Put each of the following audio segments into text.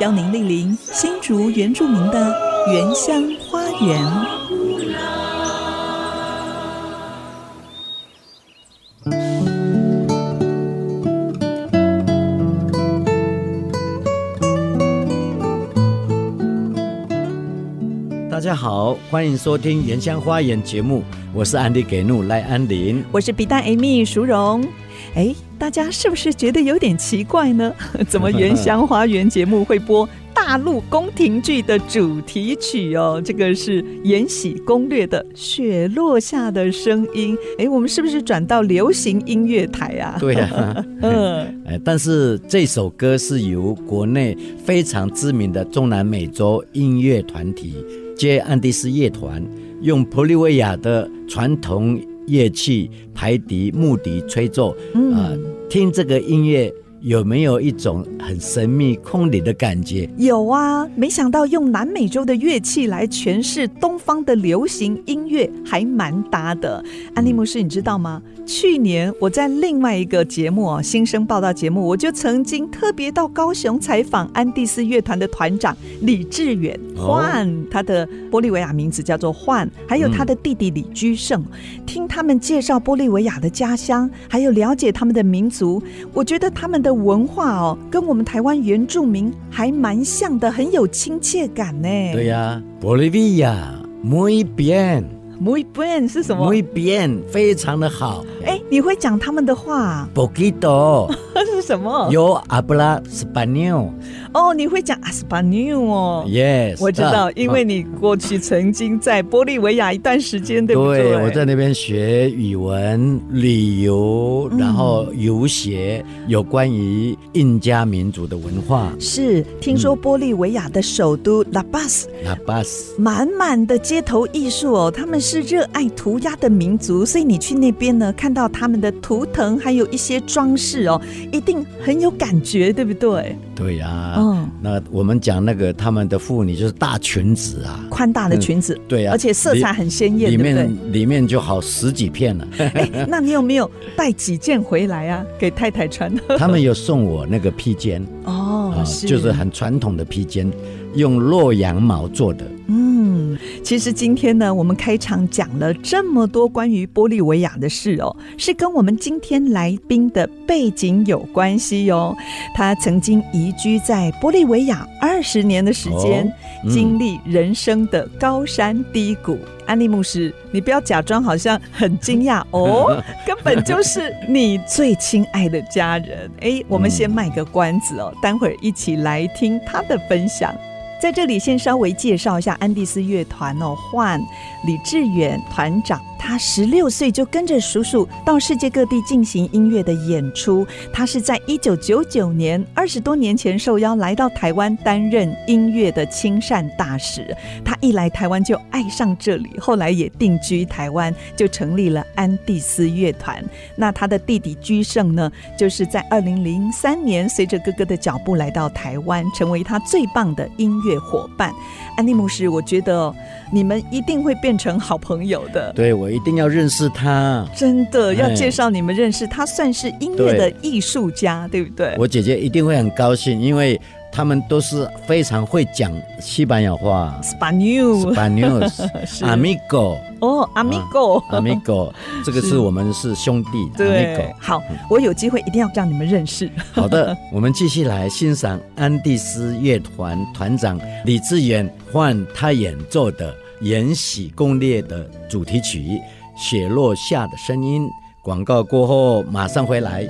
邀您莅临新竹原住民的原乡花园。大家好，欢迎收听《原乡花园》节目，我是安迪给怒赖 安林。我是比大 Amy 淑荣。哎，大家是不是觉得有点奇怪呢？ 怎么原乡花园节目会播大陆宫廷剧的主题曲 哦？这个是《延禧攻略》的《雪落下的声音》。哎，我们是不是转到流行音乐台啊？对啊，嗯，哎，但是这首歌是由国内非常知名的中南美洲音乐团体接安第斯乐团，用玻利维亚的传统乐器排笛、木笛吹奏。嗯啊、听这个音乐有没有一种很神秘、空灵的感觉？有啊，没想到用南美洲的乐器来诠释东方的流行音乐，还蛮搭的。安利牧师，你知道吗？去年我在另外一个节目哦，新生报道节目，我就曾经特别到高雄采访安第斯乐团的团长李志远哦焕，他的玻利维亚名字叫做焕，还有他的弟弟李居胜。听他们介绍玻利维亚的家乡，还有了解他们的民族，我觉得他们的文化哦，跟我们台湾原住民还蛮像的，很有亲切感呢。对呀、玻利维亚，muy bien，muy ，muy bien 是什么？ bien，非常的好。哎，你会讲他们的话 啊、 poquito 那是什么？ yo habla español 哦，你会讲阿斯巴尼哦。 yes 啊我知道，因为你过去曾经在玻利维亚一段时间，对不对？我在那边学语文、旅游，嗯然后游学，有关于印加民族的文化。是听说玻利维亚的首都拉巴斯 La Paz，满满的街头艺术哦，他们是热爱涂鸦的民族，所以你去那边呢，看到他们的图腾，还有一些装饰哦，一定很有感觉，对不对？对呀、嗯那我们讲那个他们的妇女就是大裙子啊，宽大的裙子，对呀、而且色彩很鲜艳，对里里不对？面里面就好十几片啊 了。哎，那你有没有带几件回来啊，给太太 穿？他们有送我那个披肩哦，啊就是很传统的披肩，用洛阳毛做的。嗯，其实今天呢，我们开场讲了这么多关于玻利维亚的事哦，是跟我们今天来宾的背景有关系哦。他曾经移居在玻利维亚二十年的时间，哦嗯经历人生的高山低谷。安利牧师，你不要假装好像很惊讶 哦，根本就是你最亲爱的家人。哎，我们先卖个关子哦，待会儿一起来听他的分享。在这里先稍微介绍一下安第斯乐团哦，换李志远团长，他十六岁就跟着叔叔到世界各地进行音乐的演出。他是在一九九九年，二十多年前受邀来到台湾担任音乐的亲善大使。他一来台湾就爱上这里，后来也定居台湾，就成立了安第斯乐团。那他的弟弟居胜呢，就是在二零零三年随着哥哥的脚步来到台湾，成为他最棒的音乐伙伴。安利牧师，我觉得哦你们一定会变成好朋友的。对我一定要认识他。真的要哎介绍你们认识他，算是音乐的艺术家，对不对？我姐姐一定会很高兴，因为他们都是非常会讲西班牙话 s p a n i o是 ，Spanish，Amigo，Amigo，哦，amigo，这个是我们是兄弟 对啊，Amigo。，嗯好，我有机会一定要让你们认识。好的，我们继续来欣赏安第斯乐团团长李志远换他演奏的《延禧攻略》的主题曲《雪落下的声音》。广告过后马上回来。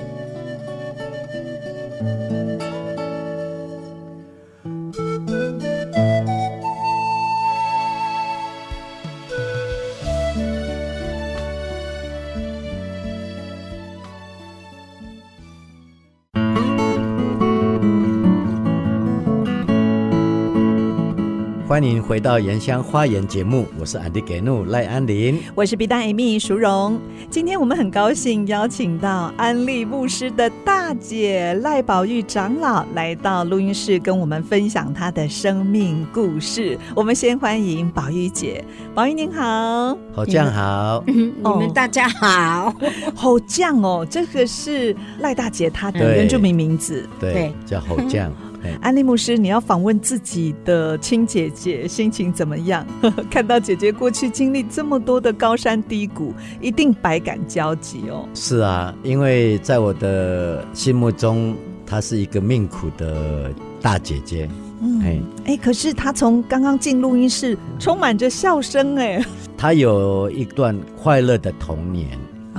欢迎回到《原乡花园》节目，我是安迪给怒赖安林。我是 B 站 Amy 淑荣。今天我们很高兴邀请到安利牧师的大姐赖宝玉长老来到录音室，跟我们分享她的生命故事。我们先欢迎宝玉姐，宝玉您好，好酱好，嗯你哦们大家好，好酱哦，这个是赖大姐她的对原住民名字。对对，叫好酱。哎安利牧师，你要访问自己的亲姐姐，心情怎么样？ 看到姐姐过去经历这么多的高山低谷，一定百感交集哦。是啊，因为在我的心目中，她是一个命苦的大姐姐。嗯，哎哎、、可是他从刚刚进录音室，充满着笑声、哎，她有一段快乐的童年，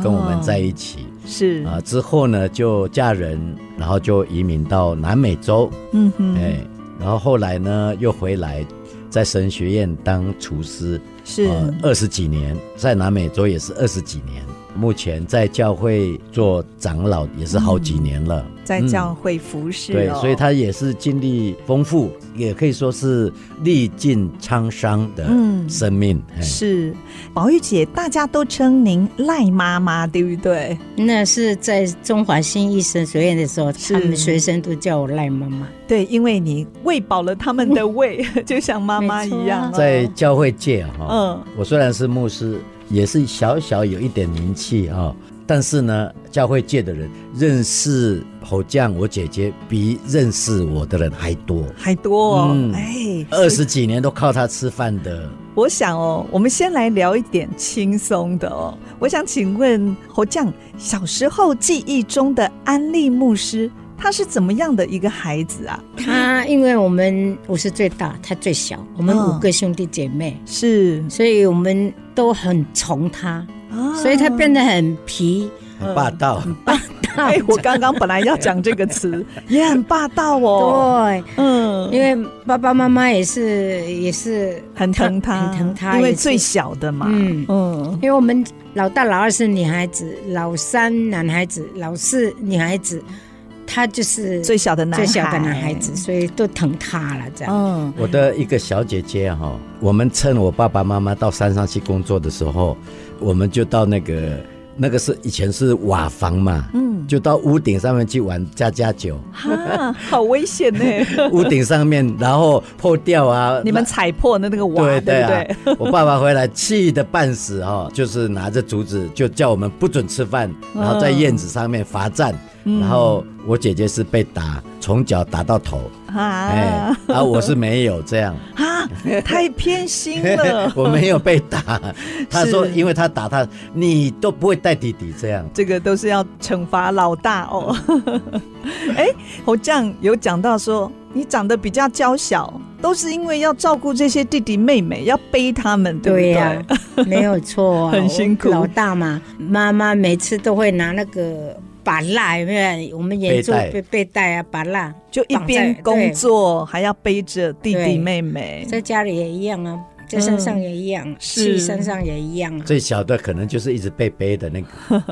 跟我们在一起 是，啊、之后呢，就嫁人，然后就移民到南美洲。嗯哼，哎、然后后来呢，又回来，在神学院当厨师。是，呃二十几年，在南美洲也是二十几年，目前在教会做长老也是好几年了，在嗯教会服侍、哦对，所以他也是经历丰富，也可以说是历尽沧桑的嗯生命。哎是宝玉姐，大家都称您赖妈妈，对不对？那是在中华新医生学院的时候，是他们学生都叫我赖妈妈。对，因为你喂饱了他 们的胃， 就像妈妈一样、没错啊在教会界啊哈、嗯我虽然是牧师，也是小小有一点名气哈、但是呢，教会界的人认识侯将我姐姐比认识我的人还多。还多哦，嗯哎，二十几年都靠她吃饭的，我想哦，我们先来聊一点轻松的哦。我想请问侯将，小时候记忆中的安利牧师，他是怎么样的一个孩子啊？他因为我们我是最大，他最小，我们嗯五个兄弟姐妹，是所以我们都很宠他，啊所以他变得很皮。很霸道。哎、我刚刚本来要讲这个 词，也很霸道哦。对，嗯，因为爸爸妈妈也是也是很疼他，很疼他，因为也是最小的嘛。嗯嗯因为我们老大、老二是女孩子，老三男孩子，老四女孩子，他就是最小的男孩最小的男孩子，所以都疼他了，这样。嗯，我的一个小姐姐啊哈、我们趁我爸爸妈妈到山上去工作的时候，我们就到那个那个是以前是瓦房嘛，嗯，就到屋顶上面去玩家家酒 哈，啊好危险 呢！屋顶上面然后破掉啊，你们踩破的那个瓦，对对不啊对？， 我爸爸回来气得半死哦，就是拿着竹子就叫我们不准吃饭，嗯然后在院子上面罚站，然后我姐姐是被打，从脚打到头，哎啊，啊我是没有这样。。啊，太偏心了 我没有被 打，他说是因为他打他，你都不会带弟弟这样。这个都是要惩罚老大哦。 哎，侯将有讲到说，你长得比较娇小，都是因为要照顾这些弟弟妹妹，要背他们，对不对对？呀、没有错、啊，很辛苦我老大嘛，妈妈每次都会拿那个把蜡，有没有？我们演奏背带背背带啊，把蜡，就一边工作，还要背着弟弟妹妹。在家里也一样啊，在山上也一样，嗯是去山上也一样啊。最小的可能就是一直被背的 那个，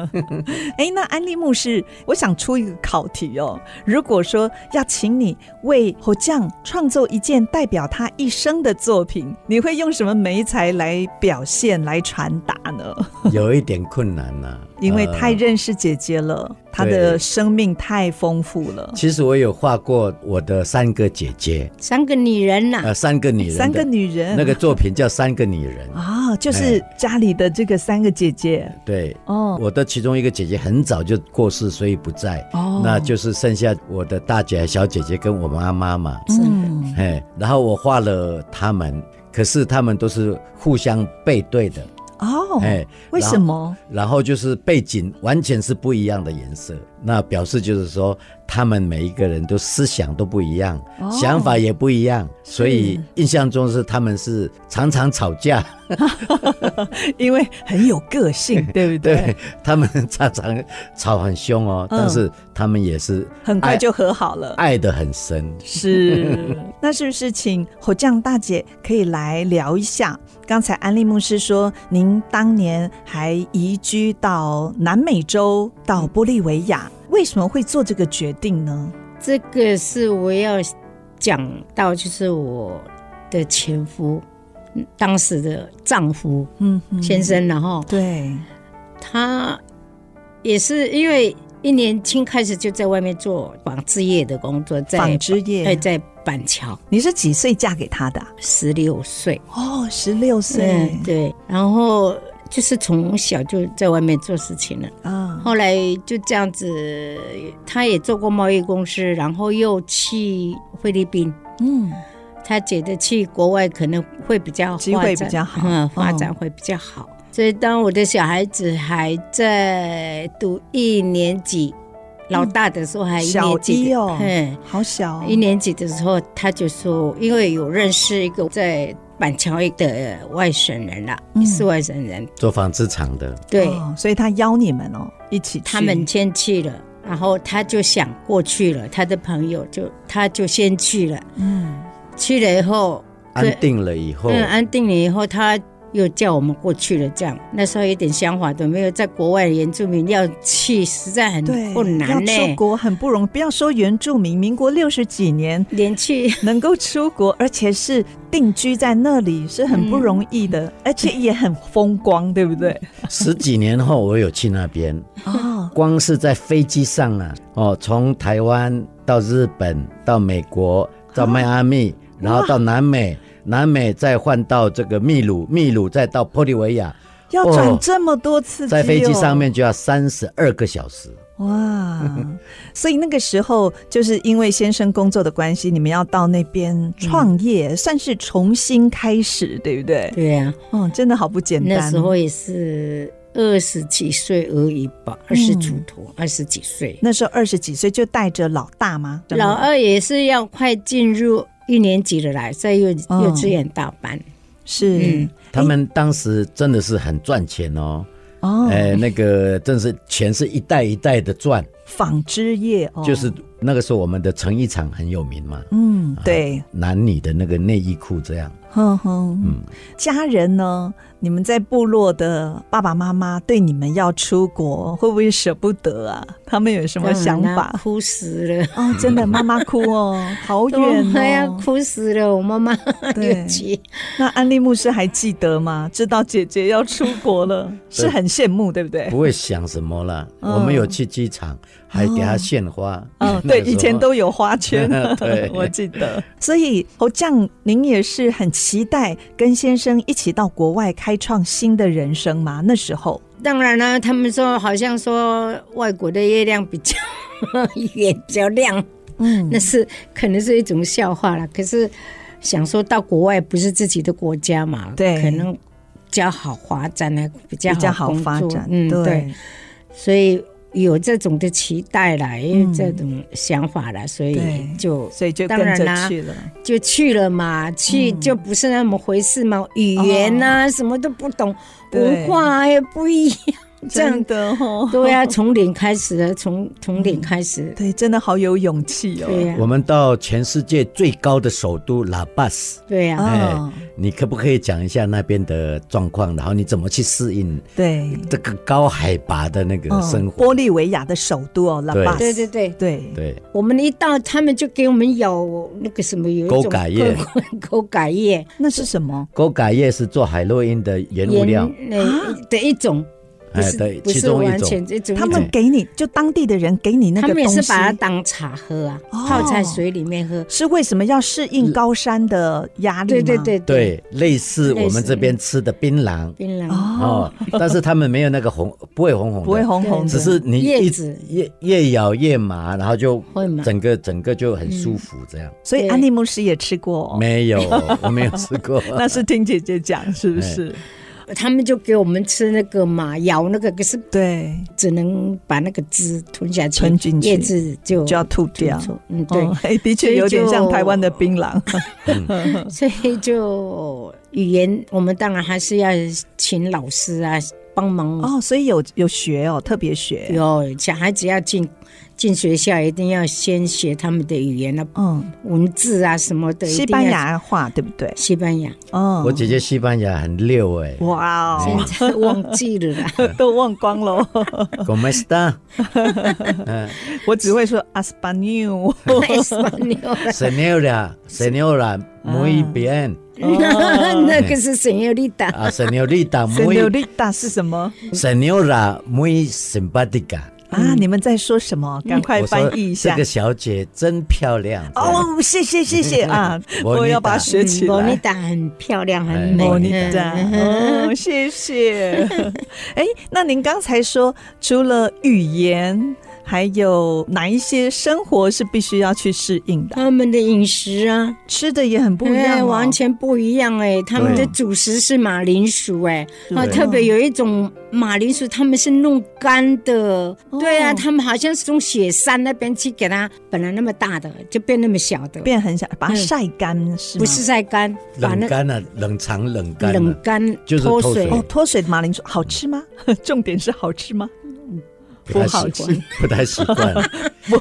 哎，那安利牧师，我想出一个考题哦。如果说要请你为侯将创作一件代表他一生的作品，你会用什么媒材来表现、来传达呢？有一点困难呐、因为呃太认识姐姐了，她的生命太丰富了。其实我有画过我的三个姐姐，三个女人呐、呃，三个女人的，啊三个女人，那个作品叫《三个女人》。啊、就是家里的这个三个姐姐对，哦，我的其中一个姐姐很早就过世，所以不在。哦那就是剩下我的大姐、小姐姐跟我妈妈嘛。嗯，哎，然后我画了她们，可是她们都是互相背对的。哦，哎，为然什后么？然后就是背景完全是不一样的颜色，那表示就是说他们每一个人都思想都不一样，哦想法也不一样，所以印象中是他们是常常吵架，因为很有个 性，对不对？ 对他们常常吵很凶哦，嗯但是他们也是很快就和好了。爱得很深。是，哎 那是不是请侯酱大姐可以来聊一下？刚才安利牧师说，您当年还移居到南美洲，到玻利维亚，为什么会做这个决定呢？这个是我要讲到，就是我的前夫，嗯当时的丈夫嗯哼先，生，然后对，他也是因为一年轻开始就在外面做纺织业的工作，在纺织业哎，在板桥，你是几岁嫁给他的啊？十六岁，哦，十六岁嗯，对，然后就是从小就在外面做事情了。啊，后来就这样子，他也做过贸易公司，然后又去菲律宾。嗯，他觉得去国外可能会比较机会发展比较好嗯，发嗯展会比较好。所以当我的小孩子还在读一年级，老大的时候还一小年级一的，哦嗯，好小哦，一年级的时候他就说，因为有认识一个在板桥的外省人啦，嗯是外省人，做纺织厂的，对、哦，所以他邀你们哦，一起去他们先去了。然后他就想过去了，他的朋友就他就先去了，嗯，去了以后对安定了以后，嗯，安定了以后，他又叫我们过去了。这样那时候有点想法都没有，在国外原住民要去实在很对，困难呢、要出国很不容易，不要说原住民，民国六十几年连去能够出国，而且是定居在那里，是很不容易的，而且也很风光，对不对？十几年后我有去那边，哦，光是在飞机上啊，哦，从台湾到日本，到美国，到迈阿密，啊然后到南美，南美再换到这个秘鲁，秘鲁再到玻利维亚，要转这么哎多次、哦在飞机上。面就要三十二个小时。哇，所以那个时候就是因为先生工作的关系，你们要到那边创业，算是重新开始，对不对？对呀、哦，真的好不简单。那时候也是二十几岁而已吧，二十嗯出头，二十几岁。那时候二十几岁就带着老大吗？老二也是要快进入一年级的来，在幼哦幼稚园大班。是、嗯他们当时真的是很赚钱哦，嗯哦，哎，那个真是钱是一代一代的赚，纺织业哦，就是那个时候我们的成衣厂很有名嘛，嗯，对，男女的那个内衣裤这样。哼哼，嗯家人呢？你们在部落的爸爸妈妈对你们要出国，会不会舍不得啊？他们有什么想当然啦法？哭死了，哦，真的，妈妈哭哦，好远 我妈呀，哦。哭死了！我妈妈对 有去， 那安利牧师还记得吗？知道姐姐要出国 了，是很羡慕，对不对？哦不会想什 么了。嗯我们有去机场，还给他献花。嗯， 那对，个时候以前都有花圈 对，我记得。所以侯将，您也是很期待跟先生一起到国外开创新的人生吗？那时候，当然啦，他们说好像说外国的月亮比较 圆，比较亮，嗯那是可能是一种笑话啦。可是想说到国外不是自己的国家嘛，对可能比较好发展呢，比较比较好好工发作展，嗯，对，对，所以有这种的期待啦，也有嗯这种想法啦，所以对就所以就当跟然着啦去了。就去了嘛，去嗯就不是那么回事嘛，语言呐、什么都不懂，哦对文化啊也不一样，这样真的 哦，对呀、从零开始 的，从从零开始，对，真的好有勇气哦。对呀、我们到全世界最高的首都拉巴斯，对呀、哦，你可不可以讲一下那边的状况？然后你怎么去适应对，这个高海拔的那个嗯生活？玻利维亚的首都哦，拉对巴斯，对对对，对对，我们一到他们就给我们有那个什么有一种沟改叶， 沟改叶那是什么？沟改叶是做海洛因的原物料，呃的一种，不哎，是、对，不其是中一完种全。这种他一们种给你就当地的人给你那他个们也东西是，把它当茶喝啊，哦哦泡在水里面喝，是为什么要适应高山的压力对吗？对对，对，类似我类似们这边吃的槟榔槟榔。哦，哦，但是他们没有那个红，不会红红的，不会红红的，只是你叶一子越越咬越麻，然后就会麻整个整个就很嗯舒服这样。所以对安利牧师也吃过、哦，没有，我没有哎吃过。 那嗯是听姐姐讲，是不是？他们就给我们吃那个嘛，咬那个，可是对，只能把那个汁吞下去，吞进去叶子就就要吐掉。出。嗯，对，哦哎的所确以有点像就嗯台湾的槟 榔。所以就语言，我们当然还是要请老师啊帮忙。哦哦，所以有有学哦，特别学有小孩子要进进学校一定要先学他们的语言啊，嗯，文字啊什么的。一西定要班，牙话对不对？西 班牙，嗯，我姐姐西班牙很溜哎、 哇哦，现在忘记了 啦。 都忘光了 哦， ，Como está？嗯我只会说 a s p a n o 太酸 溜了，Señora，Señora，muy 嗯 bien，哦 那个是沈又丽达，啊，Señorita，muy Senorita 是什么 Señora，muy simpática。啊？你们在说什么？赶快嗯我说翻译一下这个。小姐真漂亮。，哦，谢谢谢谢啊 Bonita 我要把它学起莫妮来。达嗯很漂亮，很美。莫莫妮嗯达，哦，谢谢。 哎，那您刚才说，除了语言，还有哪一些生活是必须要去适应的？他们的饮食啊，吃的也很不一样、哎哦，完全不一样哎、他们的对主食是马铃薯哎、对啊，特别有一种马铃薯，他们是弄干的，哦对啊，他们好像是从雪山那边去给它，本来那么大的就变那么小的，变很小，把它嗯晒干、是吗？不是晒干，把冷那干啊，冷藏冷干、啊。冷干就是脱脱水水哦，脱水的马铃薯好吃吗？重点是好吃吗？不太不好习惯， 不太 习惯。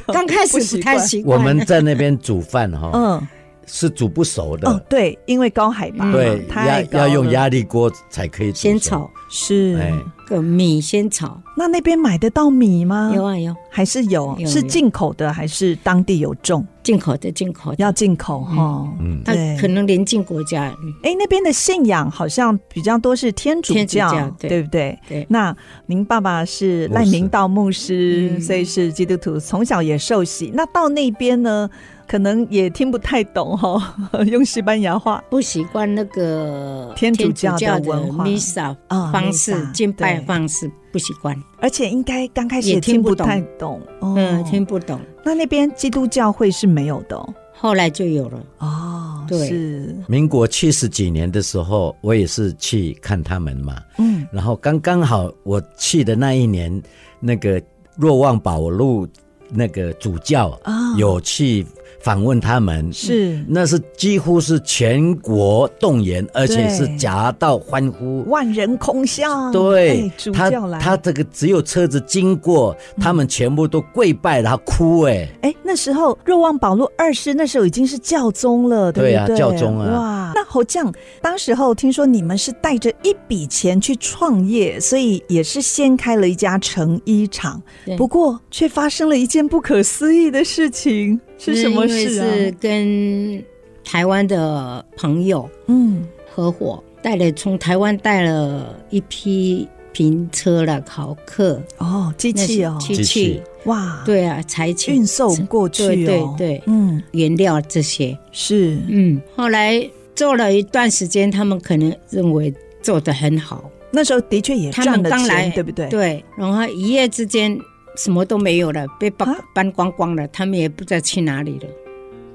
刚开始不太不习习我惯，们在那边煮饭哈、嗯，是煮不熟的，哦，对，因为高海拔嘛，嗯对，要太高要用了嗯压力锅才可以煮熟先炒。是。哎，个米，先炒，那那边买得到米吗？有啊有，还是有？有是有嗯进口的还是当地有种？进口的进口的，要进口哈。嗯，它对可能临近国家，哎，那边的信仰好像比较多是天主天主教，教对不对？对那您爸爸是牧赖明师道牧师，嗯所以是基督徒，从小也受洗。那到那边呢，可能也听不太懂哦， 用西班牙话不习惯那个天主教的的文化 misa 啊方式 misa，、敬拜对方式不习惯，而且应该刚开始也也听听不不懂太懂。哦嗯，听不懂。那那边基督教会是没有的哦。后来就有了，哦对是，民国七十几年的时候，我也是去看他们嘛，嗯，然后刚刚好我去的那一年，那个若望保禄那个主教啊有去访问他们，是那是几乎是全国动员，而且是对夹道欢呼。万人空巷，对哎、主他教来，，嗯他这个只有车子经过，他们全部都跪拜，然后哭哎，哎，那时候若望保禄二世那时候已经是教宗了，对对不啊对？教宗啊哇，那侯将，当时候听说你们是带着一笔钱去创业，所以也是先开了一家成衣厂，对不过却发生了一件不可思议的事情，是什么事因为是啊？跟台湾的朋友嗯，合伙带了，从台湾带了一批平车了考客哦，机器哦，机器机器，哇，，对啊，柴犬运送过去、哦，对对对嗯，原料这些，是，嗯，后来做了一段时间，他们可能认为做得很好，那时候的确也他赚了们刚来钱，对不对？，对，然后一夜之间什么都没有了，被搬啊搬光光了，他们也不知道去哪里了，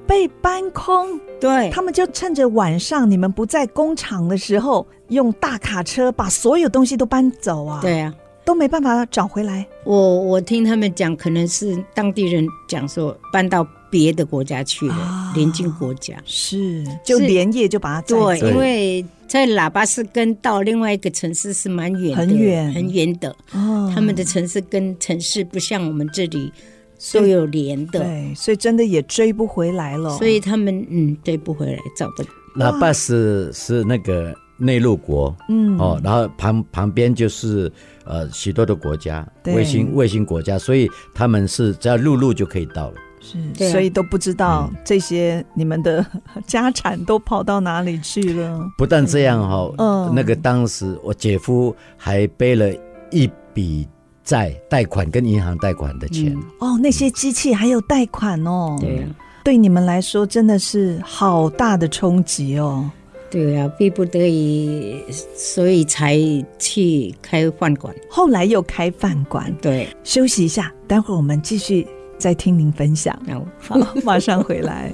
被搬空，对，他们就趁着晚上你们不在工厂的时候，用大卡车把所有东西都搬走啊，，对啊。都没办法找回来。我我听他们讲，可能是当地人讲说搬到别的国家去了，啊邻近国家。是，就连夜就把它载对，走。因为在喇叭市跟到另外一个城市是蛮远的，很远很远的。哦他们的城市跟城市不像我们这里都有连的，对，所以真的也追不回来了。所以他们嗯追不回来，找不那巴士是那个内陆国，嗯，哦，然后旁旁边就是呃许多的国家，对卫星卫星国家，所以他们是只要陆路就可以到了。是，对啊所以都不知道这些你们的家产都跑到哪里去了。嗯不但这样哈、哦，嗯那个当时我姐夫还背了一笔债贷款跟银行贷款的钱，嗯哦，那些机器还有贷款哦，对啊呀、对你们来说真的是好大的冲击哦。对呀、逼不得已，所以才去开饭馆。后来又开饭馆，对，休息一下，待会儿我们继续再听您分享。那我好。好，马上回来。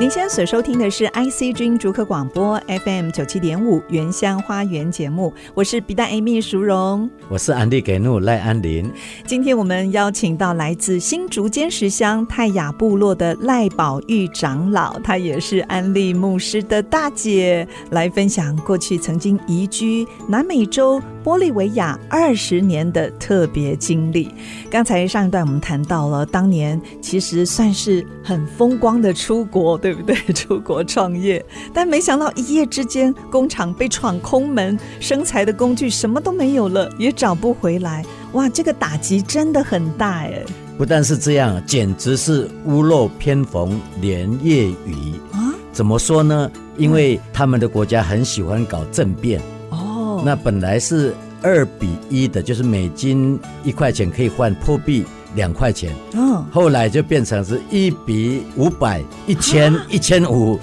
您现在所收听的是 IC 之音逐客广播 FM 九七点五原乡花园节目，我是比大 Amy 淑荣。我是安利给怒赖安林，今天我们邀请到来自新竹尖石乡泰雅部落的赖宝玉长老，他也是安利牧师的大姐，来分享过去曾经移居南美洲玻利维亚二十年的特别经历。刚才上一段我们谈到了，当年其实算是很风光的出国，对不对？出国创业，但没想到一夜之间工厂被闯空门，生财的工具什么都没有了，也找不回来。哇，这个打击真的很大哎！不但是这样，简直是屋漏偏逢连夜雨。啊，怎么说呢？因为他们的国家很喜欢搞政变，哦，那本来是二比一的，就是美金一块钱可以换破币两块钱，嗯，后来就变成是一比五百、一千、啊一千五，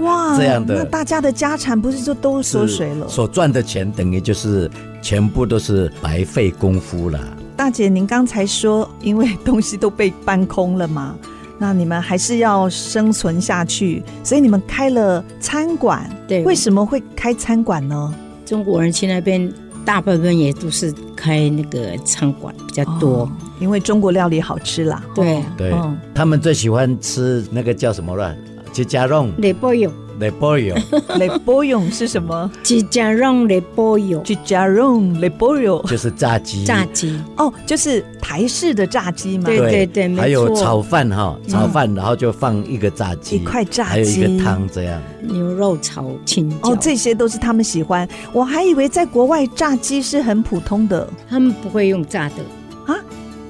哇，这样的那大家的家产不是就都 缩水了？所赚的钱等于就是全部都是白费功夫了。大姐，您刚才说，因为东西都被搬空了嘛，那你们还是要生存下去，所以你们开了餐馆。对，为什么会开餐馆呢？中国人去那边大部分也都是开那个餐馆比较多。哦因为中国料理好吃啦。对哦对嗯他们最喜欢吃那个叫什么了？吉加弄嗯雷波有，雷 波油，雷波勇是什么？即将让雷波有去加用雷波勇就是炸鸡，炸鸡，哦，就是台式的炸鸡嘛。对对对，还没有错，炒饭哈，炒饭然后就放一个炸嗯鸡，一块炸还有一鸡个汤这样。牛肉炒青椒，哦，这些都是他们喜欢。我还以为在国外炸鸡是很普通的他们不会用炸的啊，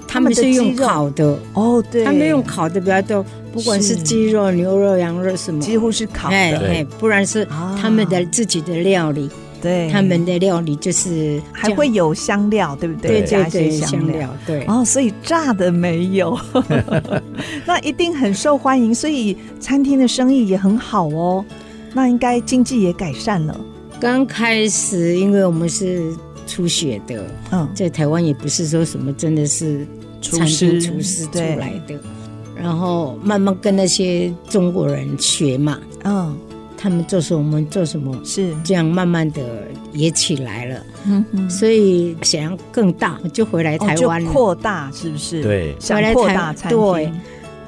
他们是用烤的，哦，对，他们用烤的比较多，不管是是鸡肉、牛肉、羊肉什么，几乎是烤哎的，对哎，不然是啊他们的自己的料理，对，他们的料理就是还会有香料，对不对对？对加一些对香香。料，对哦，所以炸的没 有，那一定很受欢迎，所以餐厅的生意也很好哦。那应该经济也改善了，刚开始，因为我们是初学的，嗯，在台湾也不是说什么真的是厨餐厅师厨师出对来的，然后慢慢跟那些中国人学嘛，嗯，他们做什么我们做什么，是，这样慢慢的也起来了。嗯嗯，所以想要更大，我就回来哦台就湾了。扩大是不是？，对，想回来扩台大餐对厅，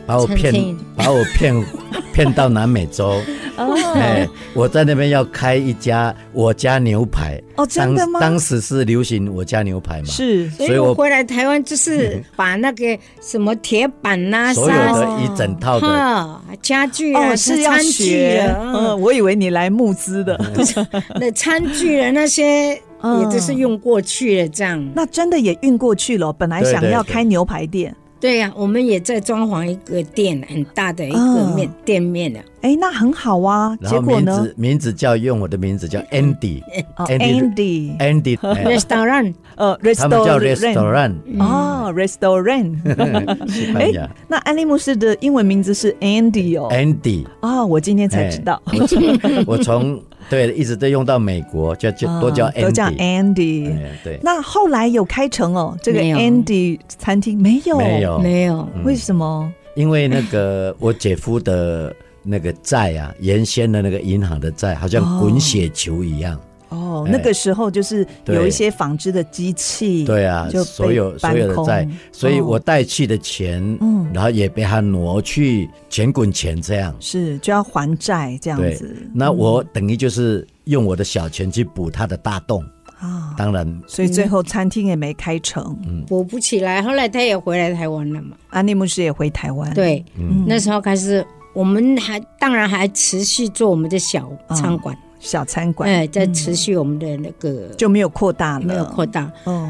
把我餐骗厅，把我骗 骗到南美洲。哦嗯哎，我在那边要开一家我家牛排。哦，真的当吗？当时是流行我家牛排嘛，是所所以以我我回来台湾就是嗯把那个什么铁板啊呐、所有沙的一整套啊的，哈家具啊、哦，是要餐具学，啊，嗯，嗯我以为你来募资的，嗯那餐具啊那些嗯也都是用过去了，这样。 那真的也运过去了。本来想要开牛排店，对呀、我们也在装潢一个店，很大的一个面、嗯店面的、哎，那很好啊。然结后果名呢字名字叫用我的名字叫 Andy，Andy，哦，Andy， 哎 restaurant，呃他们叫，restaurant， restaurant，哦，restaurant。 西班牙那安利牧师的英文名字是 Andy 哦， Andy，啊，我今天才知道，哎我从我从对一直都用到美国，就就都叫嗯都叫 Andy， Andy。哎对，那后来有开成哦，这个没有 Andy 餐厅没有，没，有，嗯没有，为什么？因为那个我姐夫的那个债啊，原先的那个银行的债，好像滚雪球一样。哦，哎那个时候就是有一些纺织的机器，对啊就，被所有搬所有的空债，所以我哦带去的钱，嗯然后也被他挪去钱滚钱这样。是就要还债这样对子，那我等于就是用我的小钱去补他的大洞，啊，当嗯然所以最后餐厅也没开成，补不起来。后来他也回来台湾了嘛，安利牧师也回台湾，，对，嗯那时候开始，我们还当然还持续做我们的小餐馆，小餐馆哎、在持续我们的那个、嗯就没有扩大了，没有扩大。哦。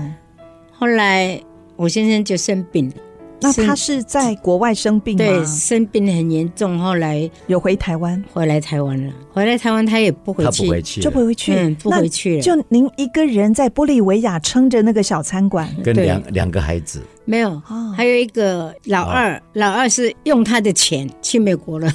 后来我先生就生病了，那生他是在国外生病吗？对生病很严重，后来有回台湾回来台湾了。回来台湾他也不回他去，不回去了，就不回去，嗯，不回去那了。就您一个人在玻利维亚撑着那个小餐馆跟对两两个孩子，没有哦，嗯还有一个老二，老二是用他的钱去美国了，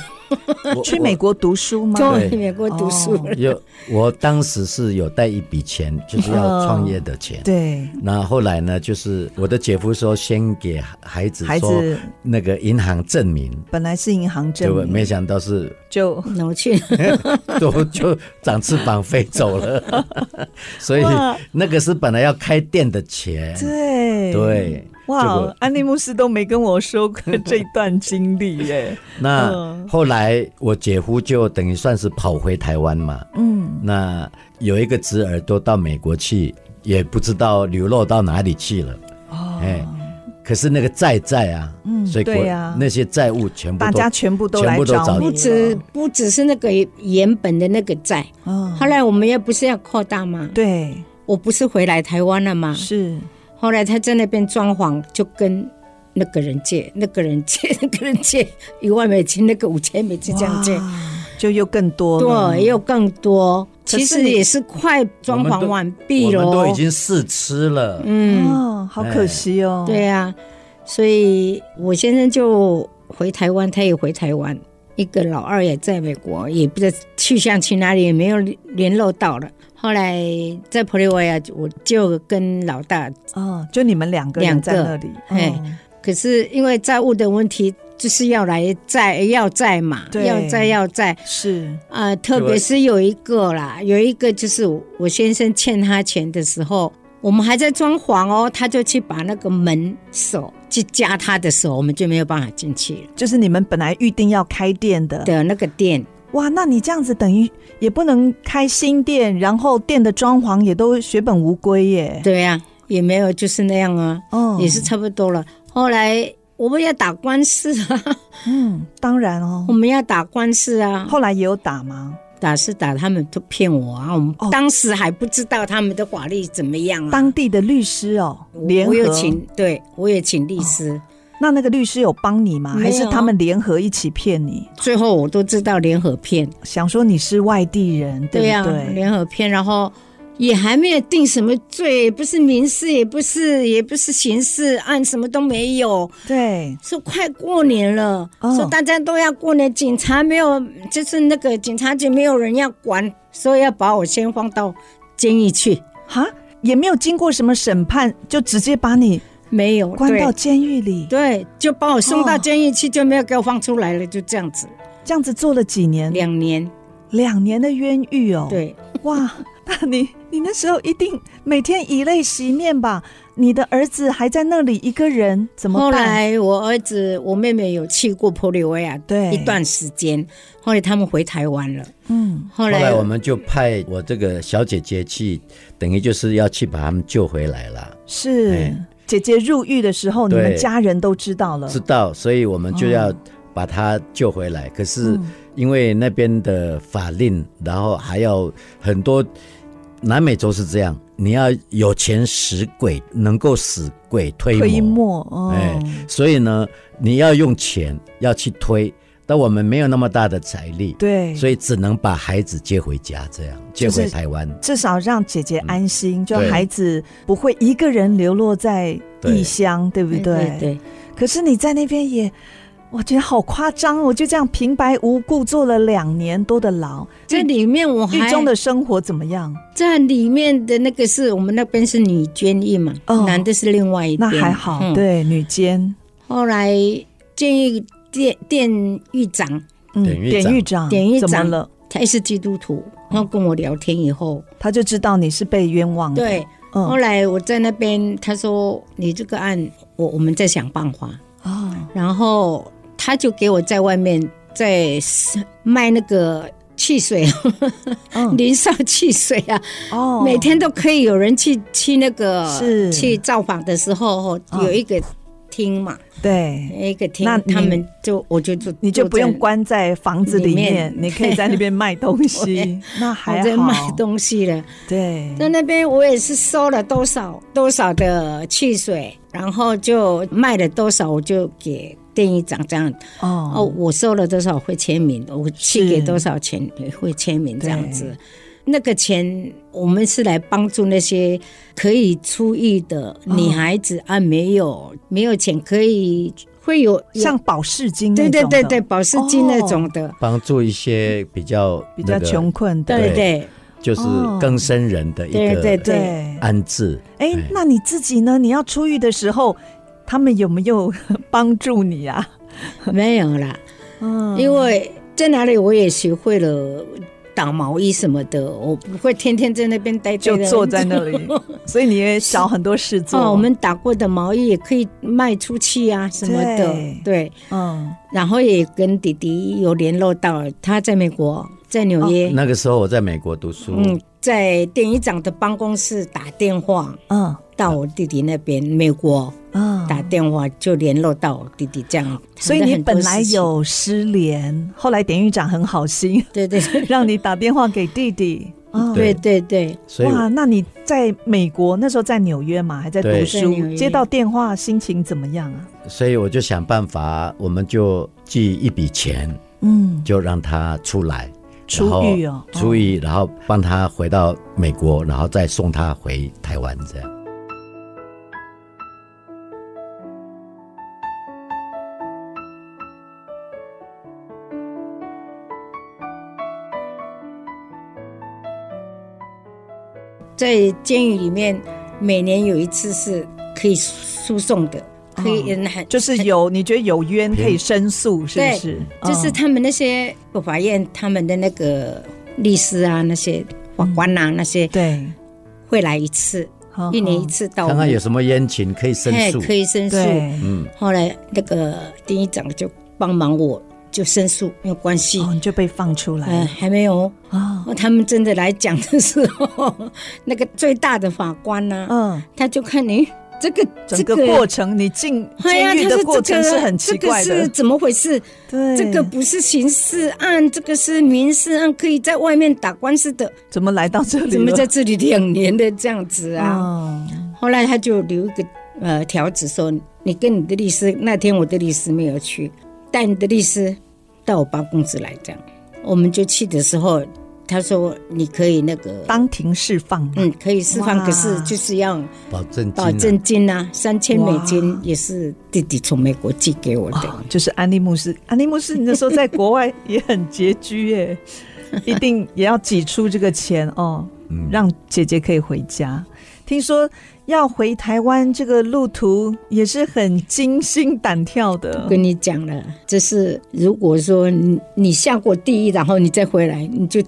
我去美国读书吗？就对去美国读书我哦了。有，我当时是有带一笔钱，就是要创业的钱。对，那后来呢，就是我的姐夫说，先给孩子孩说子那个银行证明，本来是银行结证果明，没嗯想到是就那我去，都 就长翅膀飞走了， 所以哇那个是本来要开店的钱，对对，结哇果，安利牧师都没跟我说过这段经历耶。那嗯后来我姐夫就等于算是跑回台湾嘛，嗯，那有一个侄儿都到美国去，也不知道流落到哪里去了。哦，哎可是那个债债啊，嗯所以国对呀那些债务全部大都家全部都来全部都找你找你了，不只不只是那个原本的那个债，嗯后来我们也不是要扩大吗？对，我不是回来台湾了吗？是后来他在那边装潢，就跟那个人借，那个人借，那个人借一万美金，那个五千美金这样借，哇就又更多了，啊对，又更多。可是其实你也是快装潢完毕了我哦，们都已经试吃了。嗯，哦，好可惜哦，对啊，所以我先生就回台湾，他也回台湾，一个老二也在美国，也不知道去向去哪里，也没有联络到了。后来在普利维亚，啊我就跟老大，哦，就你们两个人两个在那里，哎嗯可是因为债务的问题，就是要来债要债嘛，对要债要债是啊、特对别是有一个啦，有一个就是我先生欠他钱的时候，我们还在装潢哦，他就去把那个门锁去夹他的手，我们就没有办法进去了。就是你们本来预定要开店的，的那个店，哇，那你这样子等于也不能开新店，然后店的装潢也都血本无归耶，对呀、也没有就是那样啊，哦也是差不多了。后来我们要打官司啊， 嗯，当然哦我，们要打官司啊，后来也有打吗？打是打，他们都骗我啊，我们哦当时还不知道他们的法律怎么样啊。当地的律师哦，我联合哦我有请，对我也请律师，那那个律师有帮你吗？没有还是他们联合一起骗你？最后我都知道联合骗，想说你是外地人，对呀、不对？联合骗，然后也还没有定什么罪，也不是民事，也不是也不是刑事，案什么都没有，对，说快过年了，哦说大家都要过年，警察没有，就是那个警察局没有人要管，所以要把我先放到监狱去，哈，也没有经过什么审判，就直接把你没有关到对监狱里，对，就把我送哦到监狱去，就没有给我放出来了，就这样子，这样子坐了几年？两年，哦两年的冤狱哦。，对，哇， 那你你那时候一定每天以泪洗面吧？你的儿子还在那里一个人，怎么后办？来我儿子、我妹妹有去过玻利维亚对啊一段时间，后来他们回台湾了。嗯，后后来来我们就派我这个小姐姐去，等于就是要去把他们救回来了。是、哎姐姐入狱的时候，你对们家人都知道了知。道，所以我们就要把他救回来。可是嗯因为那边的法令，然后还有很多南美洲是这样，你要有钱使鬼，能够使鬼推磨。推磨哦，哎，所以呢，你要用钱要去推，但我们没有那么大的财力，对，所以只能把孩子接回家，这样接就是回台湾。至少让姐姐安心，就对孩子不会一个人流落在异乡，对不对？对对，可是你在那边也，我觉得好夸张，我就这样平白无故坐了两年多的牢，这里面我狱还中的生活怎么样？在里面的那个是我们那边是女监狱嘛，哦男的是另外一那边。还好，嗯。对，女监，后来监狱店店狱长嗯，典狱长典狱长，典狱怎么长了？他也是基督徒，然后跟我聊天以后，他就知道你是被冤枉的，对，后嗯，来我在那边他说你这个案，我我们在想办法。哦，然后他就给我在外面在卖那个汽水，嗯， 零售汽水啊，哦，每天都可以有人去去那个是去造访的时候，哦嗯有一个厅嘛，对。有一个厅那你，他们就我就就你就不用坐关在房子里面，里面你可以在那边卖东西，那在还 我在好。卖东西了，对，在那边我也是收了多少多少的汽水，然后就卖了多少，我就给店一长这样哦，哦，我收了多少会签名，我是去给多少钱会签名这样子。那个钱我们是来帮助那些可以出狱的女孩子、啊，没有没有钱可以会有像保释金那对对种对的哦对保释金那种的，帮助一些比较比较那个穷，困的。对对对就是哦更生人的一对对个对安置。哎，那你自己呢？你要出狱的时候，他们有没有 帮助你啊？没有啦，嗯因为在哪里我也学会了打毛衣什么的，我不会天天在那边待着就坐在那里， 所以你也少很多事做。哦，我们打过的毛衣也可以卖出去啊什么的，对对。嗯，然后也跟弟弟有联络到，他在美国，在纽约，那个时候我在美国读书，嗯，在典狱长的办公室打电话嗯到我弟弟那边，美国嗯，打电话就联络到我弟弟这样。所以谈了你很多本来事情，有失联，后来典狱长很好心， 对对对让你打电话给弟 弟。哦对对对，所以哇，那你在美国那时候在纽约嘛，还在读对在书纽，约接到电话心情怎么样啊？所以我就想办法，我们就寄一笔钱，嗯，就让他出来，出然后狱哦出狱，然后帮他回到美国，然后再送他回台湾这样。在监狱里面，每年有一次是可以诉讼的，可以嗯很哦就是有你觉得有冤可以申诉，是不对是？就是嗯他们那些法院他们的那个律师啊，那些法官啊，那些对，会来一次，嗯一年嗯一次到我看们。看有什么冤情可以申哦嘿诉。可以申诉。对。嗯，后来那个丁一长就帮忙我，就申诉没有关系。哦，你就被放出来嗯，了还没有。哦，哦他们真的来讲的时候， 那个最大的法官呢、嗯，他就看你这个整个这过程你进哎呀监狱他的说过程这是个很奇怪这个的是，怎么回事？对，这个不是刑事案，这个是民事案，可以在外面打官司的，怎么来到这里了？怎么在这里两年的这样子啊？嗯后来他就留一个呃条子说，你跟你的律师那天我的律师没有去，带你的律师到我办公室来这样。我们就去的时候，他说你可以那个，当庭释放嘛，嗯，可以释放，哇可是就是要保证金、啊，保证金啊，三千美金哇也是弟弟从美国寄给我的哇。，啊就是安利牧师，安利牧师，你那时候在国外也很拮据耶， 一定也要挤出这个钱哦，让姐姐可以回家。听说要回台湾，这个路途也是很惊心胆跳的。跟你讲了，这是如果说你你下过地狱，然后你再回来，你就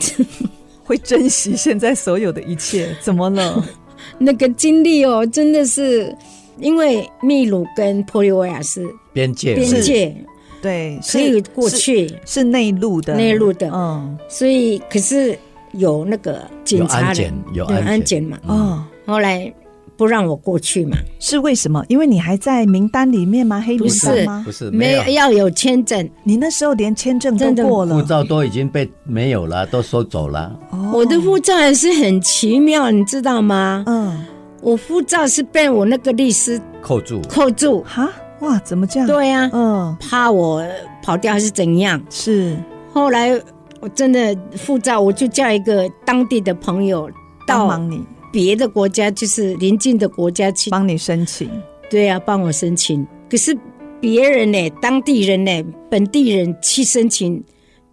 会珍惜现在所有的一切。怎么 了？ 那个经历哦，真的是因为秘鲁跟玻利维亚是边界啊边界，对，可以是过是去，是内陆的，内陆的嗯，所以可是有那个警察人有安检有嗯对安检安检嘛，哦，后来不让我过去嘛，是为什么？因为你还在名单里面吗？黑名不是单吗不？是没没有有要有签证，你那时候连签证真都的过护了，照都已经被没有了，都收走了。哦我的护照也是很奇妙，你知道吗？嗯，我护照是被我那个律师扣住，扣住，哈，哇，怎么这样？，对啊呀、嗯，怕我跑掉还是怎样？是后来我真的护照，我就叫一个当地的朋友帮到忙你，别的国家，就是邻近的国家去帮你申请，对啊，帮我申请。可是别人呢，当地人呢，本地人去申请，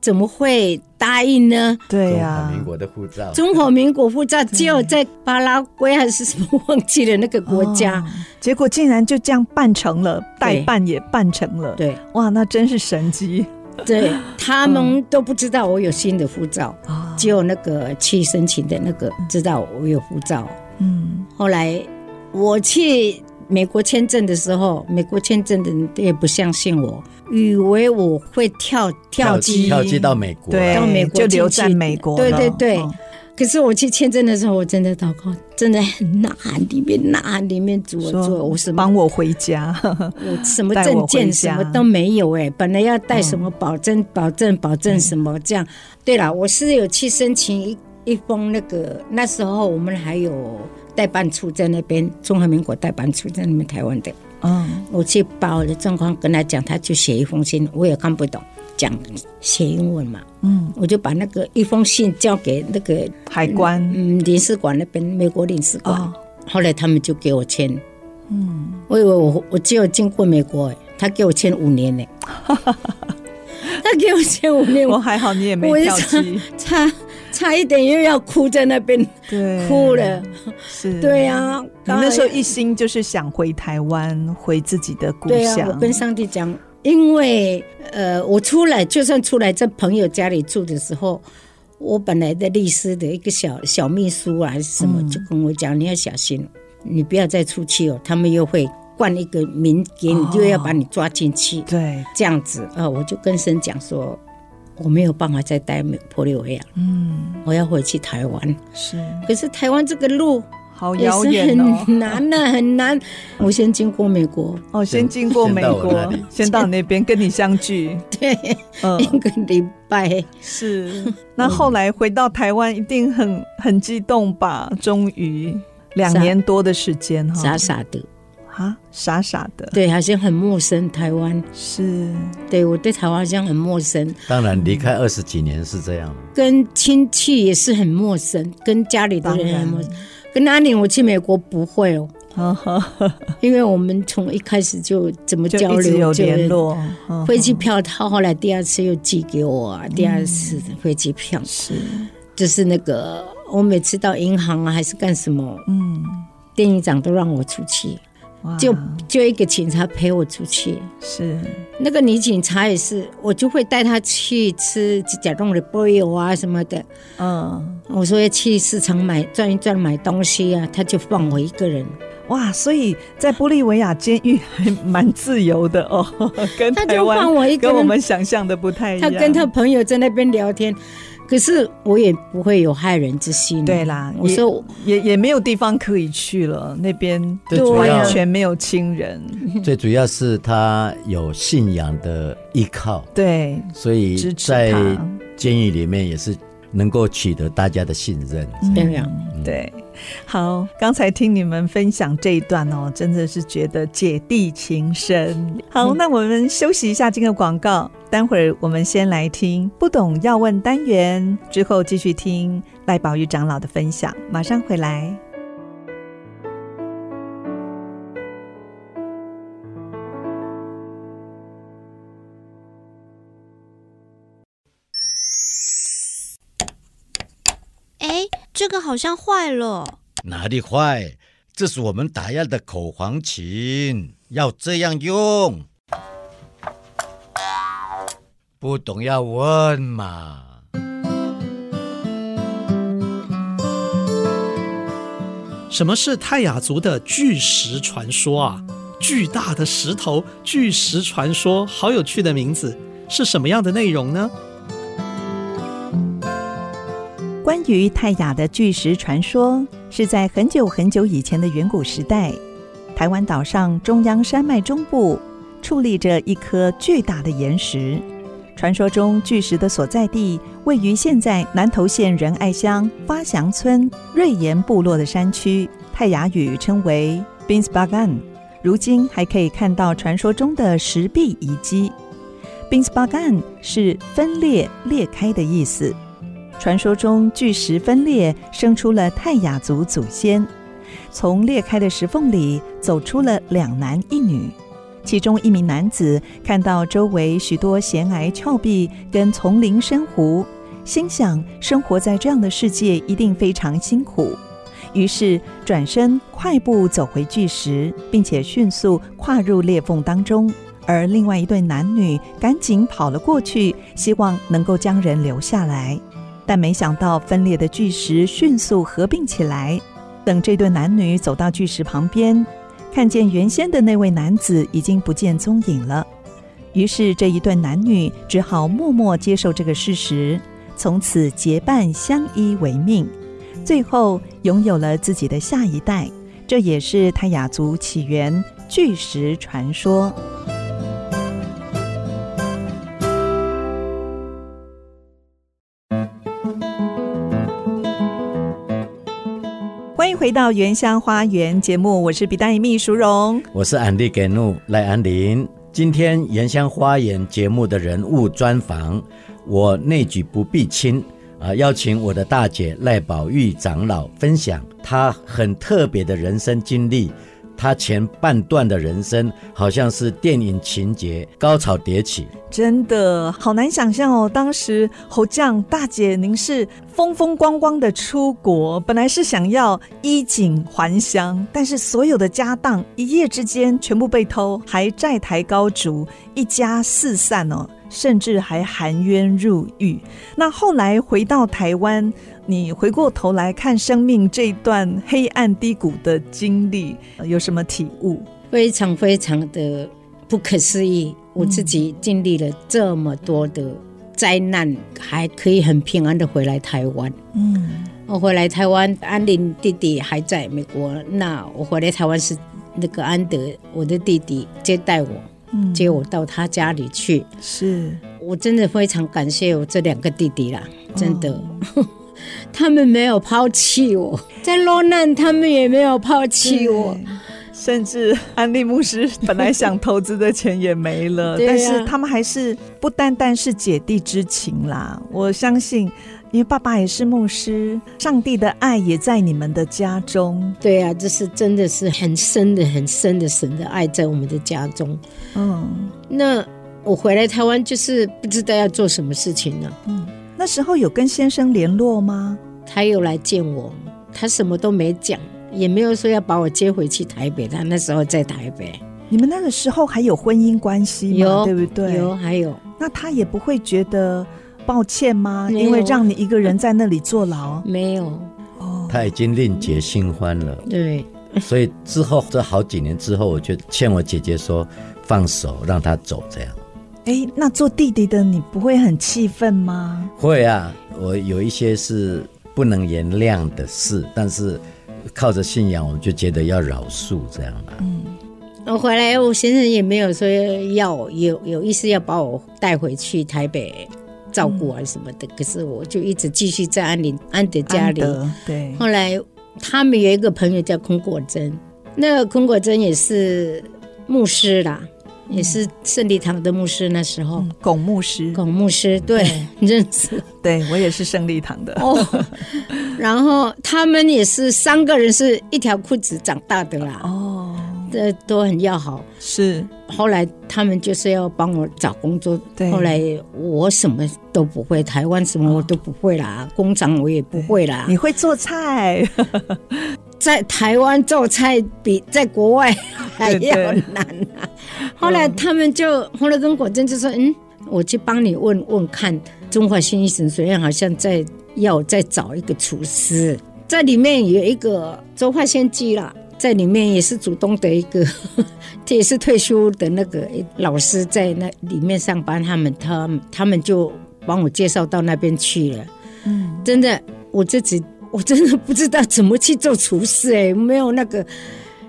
怎么会答应呢？对啊中呀、华民国的护照，中华民国护照只有在巴拉圭还是什么忘记了那个国家，哦结果竟然就这样办成了，代对办也办成了，，对哇，那真是神机对，他们都不知道我有新的护照，啊！只有那个去申请的那个知道我有护照。嗯，后来我去美国签证的时候，美国签证的人也不相信我，以为我会跳跳机。跳机到美国对，了，到美国就留进在去美国了，对对对哦可是我去签证的时候，我真的祷告，真的很呐喊，里面呐喊，里面主我啊说做我什么帮我回家， 我什么带我证回件家嗯什么都没有哎、本来要带什么保证、保证保证什么这样。对了，我是有去申请一一封那个那时候我们还有代办处在那边，中华民国代办处在那边台湾的，嗯，我去把我的状况跟他讲，他就写一封信，我也看不懂。讲写英文嘛，嗯，我就把那个一封信交给那个海关嗯领事馆那边美国领事馆，哦后来他们就给我签，嗯，我以为我我只有经过美国，他给我签五年 呢，他给我签五年，我我还好你也没我一跳想 机，差差一点又要哭在那边对，哭了，是，对。啊，嗯你那时候刚好一心就是想回台湾，回自己的故对乡。啊，我跟上帝讲，因为呃，我出来就算出来在朋友家里住的时候，我本来的律师的一个小小秘书啊还是什么，就跟我讲，你要小心，你不要再出去哦，他们又会冠一个名给你，哦又要把你抓进去，对，这样子啊、呃我就跟神讲说。我没有办法再待美玻利维亚，嗯，我要回去台湾。是，可是台湾这个路好也遥是远哦。很难呢、很难。我先经过美国， 哦，先经过美先到我那国里， 先到你那边跟你相聚。 对，嗯嗯， 一个礼拜。是。那后来回到台湾，一定很很激动吧？终于两是啊年多的时间哈傻，傻的，啊，傻傻的，对，好像很陌生。台湾， 是，对我对台湾好像很陌生，当然离开二十几年是这样，跟亲戚也是很陌生，跟家里的当人然很陌生。跟阿玲，我去美国不会哦，呵呵，因为我们从一开始就怎么啊就交一直流有就联络，嗯呵呵飞机票他后来第二次又寄给我嗯啊，第二次的飞机票、是，就是那个，我每次到银行啊还是干什么，嗯，店营长都让我出去，哇就就一个警察陪我出去。是，那个女警察也是，我就会带她去吃假冻的波油啊什么的。嗯，我说要去市场买转一转买东西啊，她就放我一个人。哇，所以在玻利维亚监狱还蛮自由的哦， 跟她台就湾放我一个跟人，我们想象的不太一她样。跟她朋友在那边聊天，可是我也不会有害人之心。啊对，啦，我也说我也也没有地方可以去了，那边最主完要全没有亲人，嗯最主要是他有信仰的依靠，对，所以支持在嗯他监狱里面也是能够取得大家的信任。对哎呀、对，好，刚才听你们分享这一段哦，真的是觉得姐弟情深。好，那我们休息一下这个广告，待会儿我们先来听不懂要问单元，之后继续听赖宝玉长老的分享，马上回来。哎，这个好像坏了。哪里坏？这是我们打样的口簧琴，要这样用。不懂要问嘛。什么是泰雅族的巨石传说啊？巨大的石头，巨石传说，好有趣的名字，是什么样的内容呢？关于泰雅的巨石传说，是在很久很久以前的远古时代，台湾岛上中央山脉中部矗立着一颗巨大的岩石。传说中，巨石的所在地位于现在南投县仁爱乡发祥村瑞岩部落的山区，泰雅语称为 Binsbagan。如今还可以看到传说中的石壁遗迹。Binsbagan 是分裂、裂开的意思。传说中巨石分裂，生出了泰雅族祖先。从裂开的石缝里走出了两男一女，其中一名男子看到周围许多悬崖峭壁跟丛林深湖，心想生活在这样的世界一定非常辛苦，于是转身快步走回巨石，并且迅速跨入裂缝当中。而另外一对男女赶紧跑了过去，希望能够将人留下来。但没想到分裂的巨石迅速合并起来。等这对男女走到巨石旁边，看见原先的那位男子已经不见踪影了。于是这一对男女只好默默接受这个事实，从此结伴相依为命，最后拥有了自己的下一代。这也是泰雅族起源巨石传说。欢迎回到《原乡花园》节目，我是比丹一秘淑荣。我是安迪给怒赖安林，今天《原乡花园》节目的人物专访，我内举不避亲啊、邀请我的大姐赖宝玉长老分享她很特别的人生经历。她前半段的人生好像是电影情节高潮迭起，真的好难想象哦！当时侯将大姐，您是风风光光的出国，本来是想要衣锦还乡，但是所有的家当一夜之间全部被偷，还债台高筑，一家四散哦，甚至还含冤入狱。那后来回到台湾，你回过头来看生命这一段黑暗低谷的经历，呃有什么体悟？非常非常的不可思议。我自己经历了这么多的灾难，还可以很平安的回来台湾。嗯，我回来台湾，安林弟弟还在美国。那我回来台湾是那个安德，我的弟弟接待我，嗯接我到他家里去。是我真的非常感谢我这两个弟弟啦，真的，哦 他们没有抛弃我，在落难他们也没有抛弃我。对。甚至安利牧师本来想投资的钱也没了，对啊但是他们还是不单单是姐弟之情啦。我相信，因为爸爸也是牧师，上帝的爱也在你们的家中。对啊，这是真的是很深的、很深的神的爱在我们的家中。嗯，那我回来台湾就是不知道要做什么事情了。那时候有跟先生联络吗？他又来见我，他什么都没讲，也没有说要把我接回去台北。他那时候在台北，你们那个时候还有婚姻关系吗？有对不对？有还有那他也不会觉得抱歉吗？没有因为让你一个人在那里坐 牢。没有？哦，她已经另结新欢了。对，所以之后这好几年之后，我就劝我姐姐说放手让她走这样。哎，那做弟弟的你不会很气愤吗？会啊，我有一些是不能原谅的事，但是靠着信仰，我们就觉得要饶恕这样啊。我回来，我先生也没有说要有有意思要把我带回去台北照顾嗯啊什么的。可是我就一直继续在安林安德家里。嗯安德对，后来他们有一个朋友叫孔果珍，那个孔果珍也是牧师啦，也是圣礼堂的牧师。那时候，嗯龚牧师，孔牧师对认识对我也是胜利堂的。哦。然后他们也是三个人是一条裤子长大的啦，哦，这都很要好。是后来他们就是要帮我找工作对，后来我什么都不会，台湾什么我都不会啦，工厂我也不会啦。你会做菜， 在台湾做菜比在国外还要难啊。后来他们就后来跟果珍就说：“嗯，我去帮你问问看，中华新医神学院好像在要再找一个厨师，在里面有一个周化先机啦。”在里面也是主动的一个，这也是退休的那个老师在那里面上班，他们他们他们就帮我介绍到那边去了。嗯，真的，我自己我真的不知道怎么去做厨师哎、没有那个。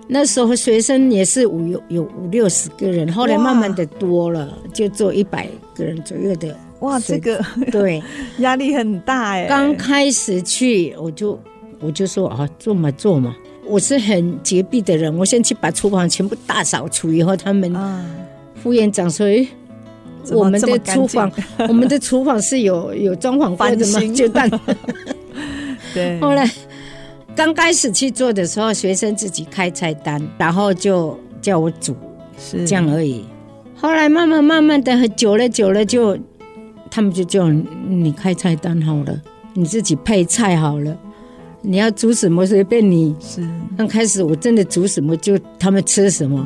那时候学生也是五有有五六十个人，后来哇慢慢的多了，就做一百个人左右的。哇，这是个 对，压力很大哎。刚开始去我就我就说啊，做嘛做嘛。我是很洁癖的人，我先去把厨房全部大扫除，以后他们啊，副院长说，诶怎么我们这么的干厨净 房，我们的厨房是有有装潢过的翻吗？新就 但对，后来刚开始去做的时候，学生自己开菜单，然后就叫我煮是这样而已。后来慢慢慢慢的久了久了就，他们就叫你你开菜单好了，你自己配菜好了，你要煮什么随便你。是。刚开始我真的煮什么就他们吃什么，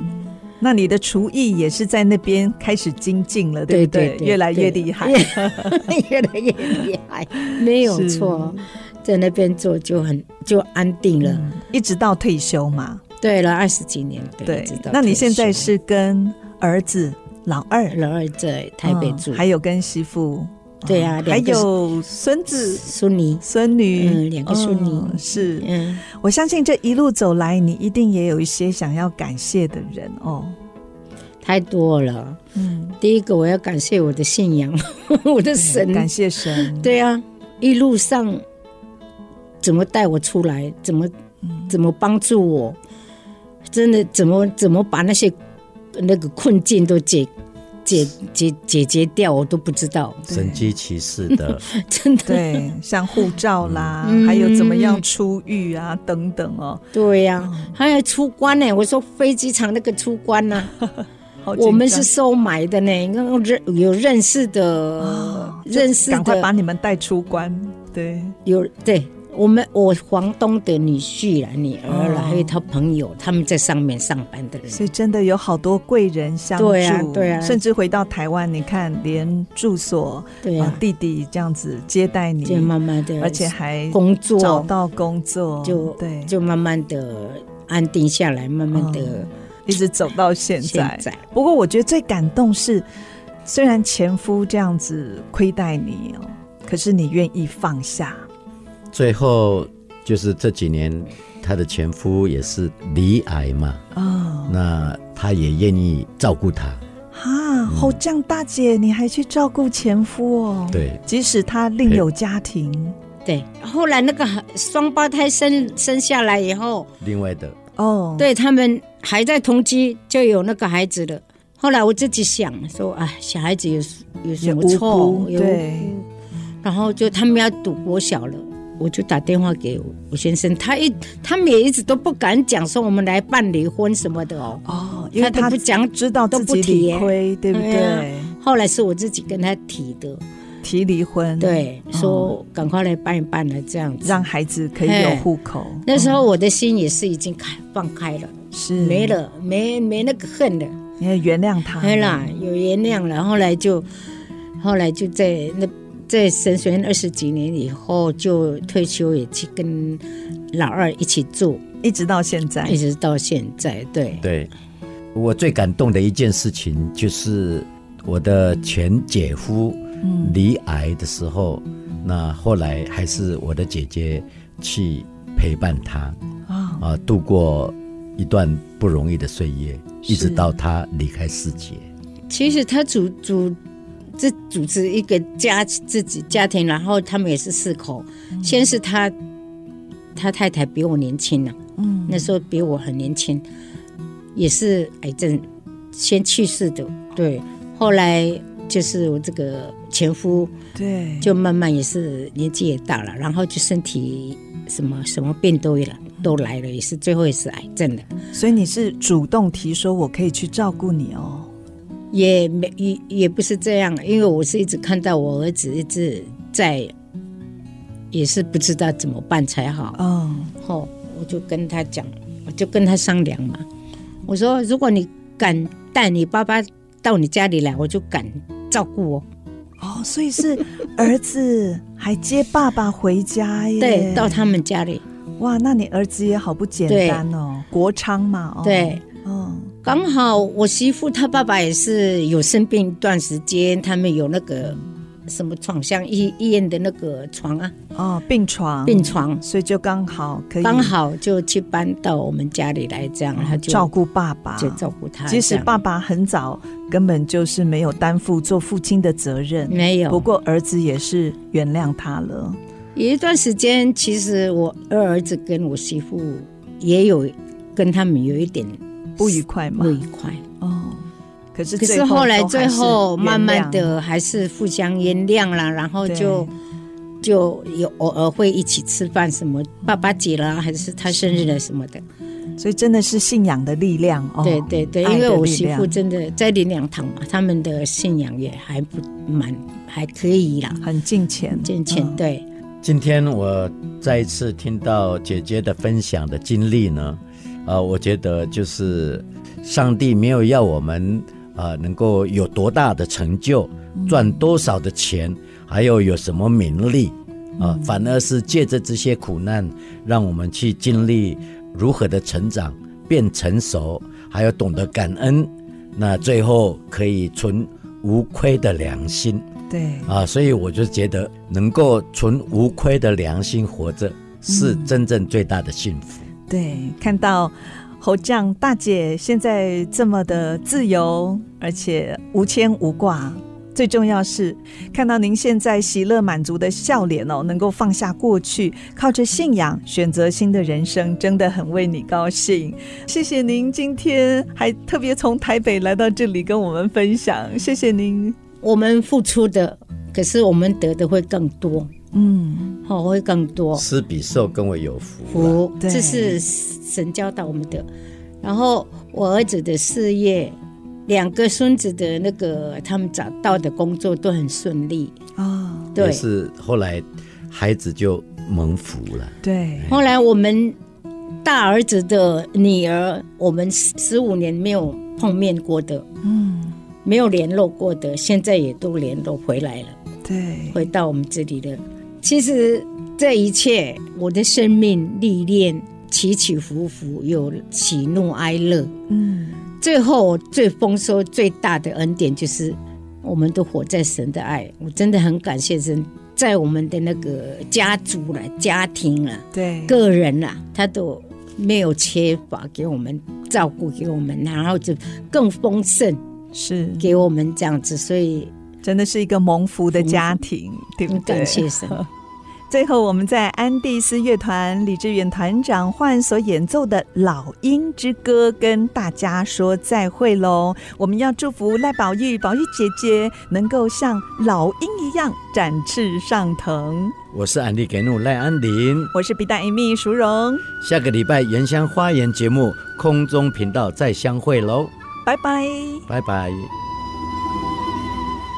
那你的厨艺也是在那边开始精进了，不对对，越来越厉害。对越来越厉害，没有是错，在那边做就很就安定了。 嗯一直到退休嘛，对了，二十几年，对，对一直到。那你退现在休是跟儿子老二老二在台北住，嗯还有跟媳妇，对啊嗯还两个有孙子、苏尼，孙女，嗯两个孙女嗯是。嗯，我相信这一路走来，你一定也有一些想要感谢的人哦。太多了。嗯，第一个我要感谢我的信仰， 我的神，感谢神，对啊，一路上怎么带我出来，嗯怎么怎么帮助我，真的怎么怎么把那些那个困境都解解解解决掉，我都不知道，对神机骑士的 真的。对，像护照啦，嗯还有怎么样出狱啊，等等哦，对呀、还有出关呢、我说飞机场那个出关呐、好紧我们张是收买的呢、你看认有认识的，哦就认识赶快把的你们带出关，对，有对。我们我房东的女婿啦、女儿啦，哦还有他朋友，他们在上面上班的人，所以真的有好多贵人相助，对啊对啊甚至回到台湾，你看连住所对呀、啊弟弟这样子接待你，就慢慢的，而且还工作找到工作，就对，就慢慢的安定下来，慢慢的嗯一直走到现现在。在，不过我觉得最感动是，虽然前夫这样子亏待你哦，可是你愿意放下。最后就是这几年，她的前夫也是离癌嘛，啊哦，那她也愿意照顾她。哈，侯酱大姐，你还去照顾前夫哦？，对，即使他另有家庭对。后来那个双胞胎生生下来以后，另外的哦，，对他们还在同居，就有那个孩子了。后来我自己想说，哎，小孩子有有也什么无错辜？，有对，然后就他们要赌国小了，我就打电话给我先生，他一他们也一直都不敢讲说我们来办离婚什么的哦。哦，因为他都他不讲知道自己理亏，对不对啊对？后来是我自己跟他提的，提离婚，对，嗯说赶快来办一办了这样子。让孩子可以有户口。那时嗯候我的心也是已经开放开了，是没，了，没没那个恨了，你要原谅他，没啦，有原谅了。后来就，后来就在那在神学院二十几年以后，就退休也去跟老二一起住，一直到现在一，直到现在。对，对，我最感动的一件事情就是我的前姐夫嗯离癌的时候，那后来还是我的姐姐去陪伴他啊啊，度过一段不容易的岁月，一直是到他离开世界。其实他组组这组织一个家自己家庭，然后他们也是四口，先是他他太太比我年轻呢、啊嗯那时候比我很年轻，也是癌症先去世的，对。后来就是我这个前夫，对，就慢慢也是年纪也大了，然后就身体什么什么病都有了，都来了，也是最后也是癌症的，所以你是主动提说我可以去照顾你哦，也没也也不是这样，因为我是一直看到我儿子一直在，也是不知道怎么办才好。嗯，后，我就跟他讲，我就跟他商量嘛。我说，如果你敢带你爸爸到你家里来，我就敢照顾哦。哦，所以是儿子还接爸爸回家耶，对，到他们家里，哇，那你儿子也好不简单哦，国昌嘛，哦，对，嗯，刚好我媳妇她爸爸也是有生病一段时间，他们有那个什么床像医医院的那个床啊，哦，病床，病，床，所以就刚好可以刚好就去搬到我们家里来，这样他就照顾爸爸，就照顾他这即样，使爸爸很早根本就是没有担负做父亲的责任，没有，不过儿子也是原谅他了。有一段时间，其实我二儿子跟我媳妇也有跟他们有一点不愉快嘛不，愉快，哦，可是可最是后来都还最是后慢慢原谅，的还是互相原谅啦，然后对就就有偶尔会一起吃饭，什么爸爸节啦，还是他生日了什么的。所以真的是信仰的力量哦。对对对，爱因的为我力媳妇量真的在领养堂嘛，他们的信仰也还不蛮还可以啦，很敬虔，健全嗯对。今天我再一次听到姐姐的分享的经历呢，呃，我觉得就是上帝没有要我们呃能够有多大的成就，赚多少的钱，还有有什么名利啊、反而是借着这些苦难，让我们去经历如何的成长、变成熟，还有懂得感恩，那最后可以存无愧的良心。对，啊，所以我就觉得能够存无愧的良心活着，是真正最大的幸福。对，看到侯酱大姐现在这么的自由，而且无牵无挂，最重要是看到您现在喜乐满足的笑脸哦，能够放下过去，靠着信仰选择新的人生，真的很为你高兴。谢谢您今天还特别从台北来到这里跟我们分享，谢谢您。我们付出的，可是我们得的会更多，嗯，好、会更多。施比受更为有福、啊。哦福，对这是神教导我们的。然后我儿子的事业，两个孙子的那个他们找到的工作都很顺利。哦，对也，是后来孩子就蒙福了。对，后来我们大儿子的女儿，我们十十五年没有碰面过的，嗯，没有联络过的，现在也都联络回来了，对，回到我们这里了。其实这一切，我的生命历练起起伏伏，有喜怒哀乐。嗯，最后最丰收最大的恩典就是，我们都活在神的爱。我真的很感谢神，在我们的那个家族了、家庭了、对，嗯个人啦、他都没有缺乏给我们照顾给我们，然后就更丰盛是给我们这样子，所以真的是一个蒙福的家庭，对不很对？感谢神。最后，我们在安第斯乐团李志远团长换所演奏的《老鹰之歌》跟大家说再会喽。我们要祝福赖宝玉、宝玉姐姐能够像老鹰一样展翅上腾。我是安利给努赖安林，我是皮蛋 Amy 淑荣，下个礼拜原乡花园节目空中频道再相会喽，拜拜。拜拜。